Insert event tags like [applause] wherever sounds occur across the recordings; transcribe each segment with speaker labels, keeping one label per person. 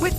Speaker 1: With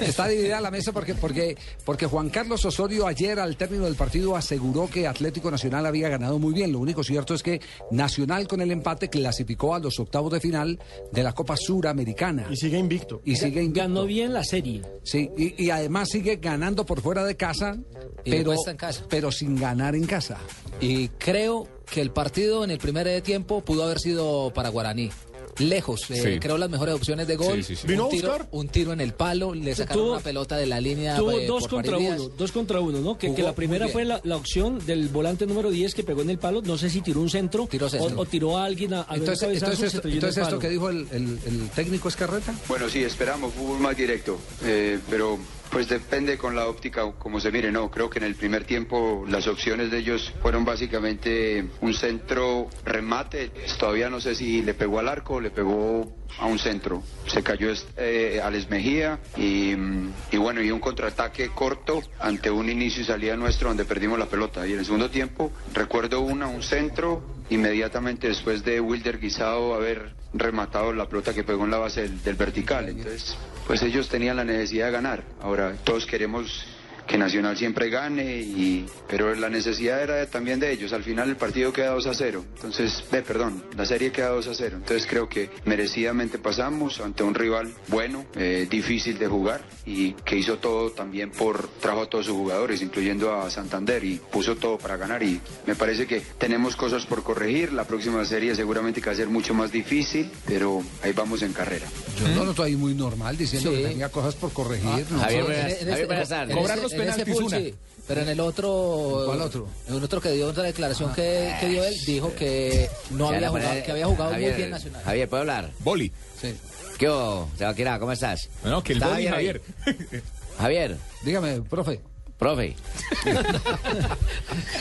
Speaker 2: Está dividida la mesa porque, porque, porque Juan Carlos Osorio ayer al término del partido aseguró que Atlético Nacional había ganado muy bien. Lo único cierto es que Nacional con el empate clasificó a los octavos de final de la Copa Suramericana.
Speaker 3: Y sigue invicto.
Speaker 2: Y sigue invicto.
Speaker 4: Ganó bien la serie.
Speaker 2: Sí, y, y además sigue ganando por fuera de casa,
Speaker 4: Y le
Speaker 2: pero,
Speaker 4: cuesta en casa.
Speaker 2: pero sin ganar en casa.
Speaker 4: Y creo que el partido en el primer tiempo pudo haber sido para Guaraní. Lejos, eh,
Speaker 5: Sí.
Speaker 4: creo las mejores opciones de gol.
Speaker 5: Sí, sí, sí.
Speaker 3: ¿Vino
Speaker 4: un, tiro,
Speaker 3: Oscar?
Speaker 4: un tiro en el palo, le sacaron
Speaker 6: Tuvo-
Speaker 4: una pelota de la línea.
Speaker 6: Tuvo
Speaker 4: eh,
Speaker 6: dos
Speaker 4: por Farid
Speaker 6: contra
Speaker 4: Díaz.
Speaker 6: uno, dos contra uno, ¿no? Que, que
Speaker 4: Jugó
Speaker 6: la primera
Speaker 4: muy
Speaker 6: fue
Speaker 4: bien.
Speaker 6: la, la opción del volante número 10 que pegó en el palo. No sé si tiró un centro,
Speaker 4: Tiró
Speaker 6: o-
Speaker 4: centro.
Speaker 6: O, tiró a alguien a, a ver un
Speaker 2: Entonces,
Speaker 6: cabezazo,
Speaker 2: entonces,
Speaker 6: se
Speaker 2: esto,
Speaker 6: estrelló en el
Speaker 2: entonces esto
Speaker 6: palo.
Speaker 2: que dijo el, el- el técnico es carreta.
Speaker 7: Bueno, sí, esperamos fútbol más directo, eh, pero pues depende con la óptica como se mire, no, creo que en el primer tiempo las opciones de ellos fueron básicamente un centro remate, todavía no sé si le pegó al arco o le pegó a un centro, se cayó eh, Alex Mejía y, mm, y bueno, y un contraataque corto ante un inicio y salida nuestro donde perdimos la pelota y en el segundo tiempo recuerdo una, un centro inmediatamente después de Wilder Guisado haber rematado la pelota que pegó en la base del, del vertical. Entonces, pues ellos tenían la necesidad de ganar. Ahora, todos queremos que Nacional siempre gane, y, pero la necesidad era de- también de ellos. Al final el partido queda 2 a 0. Entonces, eh, perdón, la serie queda 2 a 0. Entonces creo que merecidamente pasamos ante un rival bueno, eh, difícil de jugar y que hizo todo también por, trajo a todos sus jugadores, incluyendo a Santander y puso todo para ganar y me parece que tenemos cosas por corregir. La próxima serie seguramente que va a ser mucho más difícil, pero ahí vamos en carrera.
Speaker 2: Yo no lo estoy ahí muy normal diciendo
Speaker 4: ¿Mm? Sí. Ah,
Speaker 2: que tenía cosas por corregir. ¿no?
Speaker 4: Sí,
Speaker 5: Javier,
Speaker 4: en- este-
Speaker 5: buenas-
Speaker 4: en
Speaker 5: Javier, buenas tardes.
Speaker 4: en
Speaker 5: Cobrar los
Speaker 6: este
Speaker 4: en ese
Speaker 5: penaltis,
Speaker 4: full,
Speaker 5: una.
Speaker 4: sí. Pero en el otro.
Speaker 2: ¿Cuál otro?
Speaker 4: En el otro que dio otra declaración que, que dio él, dijo que no
Speaker 5: Ya
Speaker 4: había
Speaker 5: la pone-
Speaker 4: jugado, que había jugado
Speaker 5: Javier,
Speaker 4: muy bien Nacional.
Speaker 5: Javier, ¿puedo hablar?
Speaker 8: Boli.
Speaker 2: Sí.
Speaker 5: ¿Qué hubo, Sebastián? ¿Cómo estás?
Speaker 8: No, que el
Speaker 5: ¿Está
Speaker 8: boli,
Speaker 5: ahí?
Speaker 8: Javier.
Speaker 5: [laughs] Javier,
Speaker 2: Dígame, profe.
Speaker 5: profe. [laughs]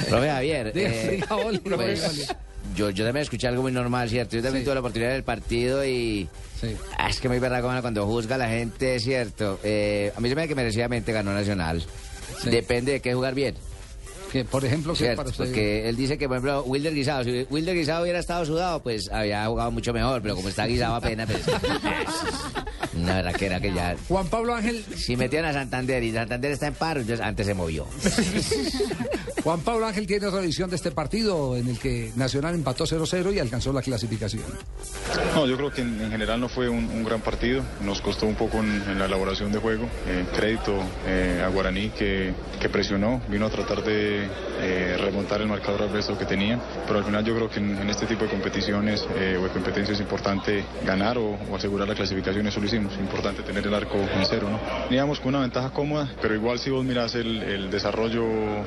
Speaker 5: profe Javier. [laughs]
Speaker 2: Diga-
Speaker 5: eh,
Speaker 2: diga boli, profe,
Speaker 5: pues,
Speaker 2: boli.
Speaker 5: yo, yo también escuché algo muy normal, ¿cierto? Yo también
Speaker 2: Sí.
Speaker 5: tuve la oportunidad del partido y...
Speaker 2: Sí.
Speaker 5: Ah, es que muy verdad, como cuando juzga a la gente, es cierto. Eh, a mí se me hace que merecidamente ganó Nacional.
Speaker 2: Sí.
Speaker 5: Depende de qué jugar bien.
Speaker 2: Que, por ejemplo, que
Speaker 5: Cierto,
Speaker 2: para usted.
Speaker 5: porque él dice que, por ejemplo, Wilder Guisado, si Wilder Guisado hubiera estado sudado, pues había jugado mucho mejor, pero como está guisado apenas, pues. Una verdad que era que ya.
Speaker 2: Juan Pablo Ángel,
Speaker 5: Si metían a Santander y Santander está en paro, entonces antes se movió.
Speaker 2: Juan Pablo Ángel tiene otra visión de este partido en el que Nacional empató 0-0 y alcanzó la clasificación.
Speaker 8: No, yo creo que en, en general no fue un, un gran partido. Nos costó un poco en, en la elaboración de juego. Eh, crédito eh, a Guaraní que, que presionó, vino a tratar de eh, remontar el marcador al resto que tenía. Pero al final yo creo que en, en este tipo de competiciones eh, o de competencias es importante ganar o, o asegurar la clasificación. Eso lo hicimos. Importante tener el arco en cero, ¿no? Teníamos con una ventaja cómoda, pero igual si vos mirás el, el desarrollo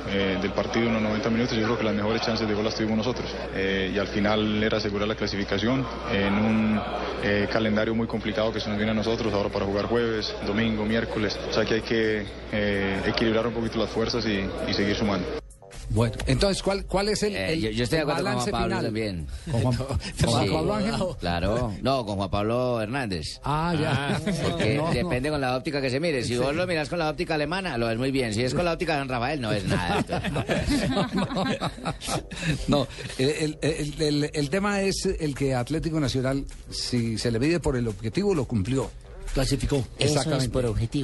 Speaker 8: eh, del partido en los 90 minutos, yo creo que las mejores chances de gol las tuvimos nosotros. Eh, y al final era asegurar la clasificación en un eh, calendario muy complicado que se nos viene a nosotros ahora para jugar jueves, domingo, miércoles. O sea que hay que eh, equilibrar un poquito las fuerzas y, y seguir sumando.
Speaker 2: Bueno, entonces, ¿cuál, cuál es el,
Speaker 5: Eh,
Speaker 2: el-
Speaker 5: yo, yo estoy de
Speaker 2: el
Speaker 5: acuerdo con
Speaker 2: balance
Speaker 5: Juan Pablo
Speaker 2: final?
Speaker 5: también.
Speaker 2: ¿Con
Speaker 5: [laughs]
Speaker 2: Juan, con Juan
Speaker 5: Sí,
Speaker 2: Pablo Ángel?
Speaker 5: Claro, no, con Juan Pablo Hernández.
Speaker 2: Ah, ya. [laughs]
Speaker 5: Porque
Speaker 2: No, no.
Speaker 5: depende con la óptica que se mire. Si vos lo mirás con la óptica alemana, lo ves muy bien. Si es con la óptica de San Rafael, no
Speaker 2: [laughs]
Speaker 5: es nada.
Speaker 2: No, el, el- el- el tema es el que Atlético Nacional, si se le mide por el objetivo, lo cumplió.
Speaker 4: Clasificó.
Speaker 2: Exactamente.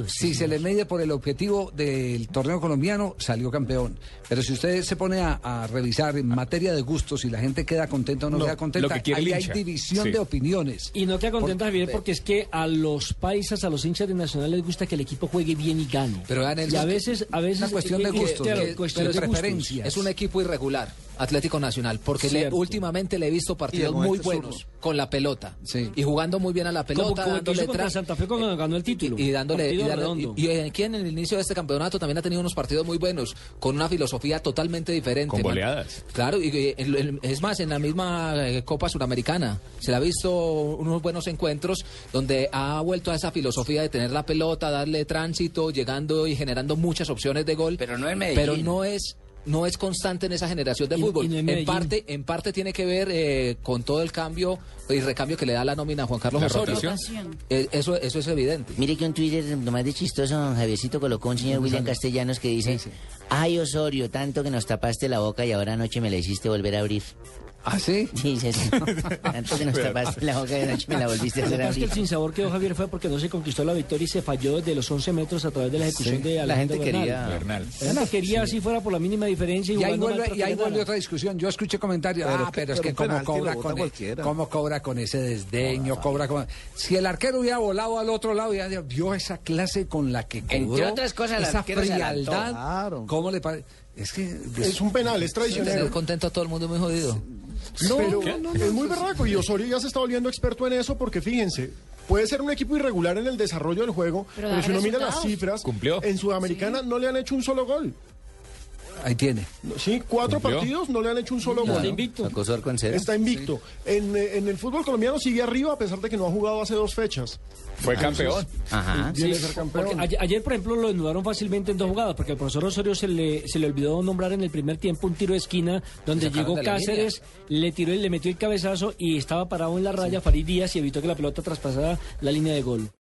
Speaker 2: Si se le mide por el objetivo del torneo colombiano, salió campeón. Pero si usted se pone a, a revisar en materia de gustos si la gente queda contenta o no,
Speaker 8: No,
Speaker 2: queda contenta,
Speaker 8: lo que quiere
Speaker 2: ahí
Speaker 8: el
Speaker 2: hay
Speaker 8: hincha.
Speaker 2: división
Speaker 8: Sí.
Speaker 2: de opiniones.
Speaker 6: Y no queda contenta, Javier, porque es que a los paisas, a los hinchas de Nacional les gusta que el equipo juegue bien y gane.
Speaker 2: Pero gane el-
Speaker 6: y a veces, a veces
Speaker 2: Una cuestión de
Speaker 6: eh, eh,
Speaker 2: gustos,
Speaker 6: claro,
Speaker 2: que-
Speaker 6: cuestión
Speaker 2: pero
Speaker 6: de
Speaker 2: preferencias.
Speaker 6: gustos.
Speaker 4: Es un equipo irregular.
Speaker 5: Atlético Nacional, porque le-
Speaker 6: Cierto.
Speaker 5: últimamente le he visto partidos
Speaker 6: momento
Speaker 5: muy
Speaker 6: zurdo.
Speaker 5: buenos con la pelota y jugando muy bien a la
Speaker 6: Como,
Speaker 5: pelota,
Speaker 6: como el que
Speaker 5: dándole
Speaker 6: hizo contra
Speaker 5: atrás
Speaker 6: Santa Fe cuando ganó el título.
Speaker 5: y dándole y,
Speaker 6: Partido
Speaker 5: dándole-
Speaker 6: redondo.
Speaker 5: y- y aquí en el inicio de este campeonato también ha tenido unos partidos muy buenos con una filosofía totalmente diferente
Speaker 9: Con
Speaker 5: man.
Speaker 9: goleadas.
Speaker 5: claro y, y- el- el- es más en la misma eh, Copa Suramericana se le ha visto unos buenos encuentros donde ha vuelto a esa filosofía de tener la pelota darle tránsito llegando y generando muchas opciones de gol pero no es
Speaker 10: Medellín.
Speaker 5: pero no es no es constante en esa generación de
Speaker 10: Y-
Speaker 5: fútbol.
Speaker 10: y no en
Speaker 5: en
Speaker 10: Medellín.
Speaker 5: parte, en parte tiene que ver eh, con todo el cambio y recambio que le da la nómina a Juan Carlos
Speaker 10: La
Speaker 5: Osorio.
Speaker 10: rotación.
Speaker 5: Eh, eso, eso es evidente.
Speaker 11: Mire que un Twitter nomás de chistoso, don Javiercito, colocó un señor William Castellanos que dice, ay Osorio, tanto que nos tapaste la boca y ahora anoche me la hiciste volver a abrir. [laughs]
Speaker 2: ¿Ah, sí?
Speaker 11: Sí, sí,
Speaker 6: [laughs]
Speaker 11: sí. Tanto que nos tapaste la boca y anoche me la volviste a
Speaker 6: Lo que
Speaker 11: hacer
Speaker 6: pasa es que
Speaker 11: abrir.
Speaker 6: el sinsabor que dio Javier fue porque no se conquistó la victoria y se falló desde los 11 metros a través de la ejecución
Speaker 2: Sí.
Speaker 6: de
Speaker 2: La
Speaker 6: Alejandro
Speaker 2: gente
Speaker 6: Bernal.
Speaker 2: quería- Bernal.
Speaker 6: La gente quería así fuera por la mínima diferencia. Y,
Speaker 2: Y ahí
Speaker 6: jugando mal,
Speaker 2: vuelve,
Speaker 6: pero
Speaker 2: y ahí
Speaker 6: que
Speaker 2: vuelve
Speaker 6: ganara.
Speaker 2: otra discusión. Yo escuché comentarios,
Speaker 6: Pero
Speaker 2: ah,
Speaker 6: que-
Speaker 2: pero es
Speaker 6: pero
Speaker 2: que
Speaker 6: un
Speaker 2: cómo
Speaker 6: penalti lo
Speaker 2: cobra,
Speaker 6: bota
Speaker 2: con,
Speaker 6: cualquiera.
Speaker 2: cómo cobra con ese desdeño, cobra con... Si el arquero hubiera volado al otro lado, ya vio esa clase con la que cobró,
Speaker 10: Entre otras cosas, el
Speaker 2: esa
Speaker 10: arquero se adelantó.
Speaker 2: frialdad, ¿cómo le parece? Es que...
Speaker 12: Es un penal, es tradicional.
Speaker 5: Tener contento a todo el mundo muy jodido.
Speaker 12: No,
Speaker 5: Pero-
Speaker 12: no, no, es muy berraco. Y Osorio ya se está volviendo experto en eso porque fíjense, puede ser un equipo irregular en el desarrollo del juego,
Speaker 13: Pero
Speaker 12: pero,
Speaker 13: da
Speaker 12: si uno mira las
Speaker 13: resultados.
Speaker 12: cifras,
Speaker 13: Cumplió.
Speaker 12: en Sudamericana no le han hecho un solo gol.
Speaker 2: Ahí tiene.
Speaker 12: Sí, cuatro
Speaker 13: Cumplió.
Speaker 12: partidos no le han hecho un solo
Speaker 13: Claro,
Speaker 12: gol.
Speaker 13: sacó su arco en cero.
Speaker 12: Está invicto. En, eh, en el fútbol colombiano sigue arriba a pesar de que no ha jugado hace dos fechas.
Speaker 9: Fue
Speaker 12: Entonces,
Speaker 9: campeón.
Speaker 12: Ajá. Viene a ser campeón.
Speaker 6: porque ayer, ayer, por ejemplo, lo desnudaron fácilmente en dos jugadas, porque al profesor Osorio se le, se le olvidó nombrar en el primer tiempo un tiro de esquina donde
Speaker 5: sacaron
Speaker 6: llegó
Speaker 5: de la
Speaker 6: Cáceres, le tiró y le metió el cabezazo y estaba parado en la raya Farid Díaz y evitó que la pelota traspasara la línea de gol.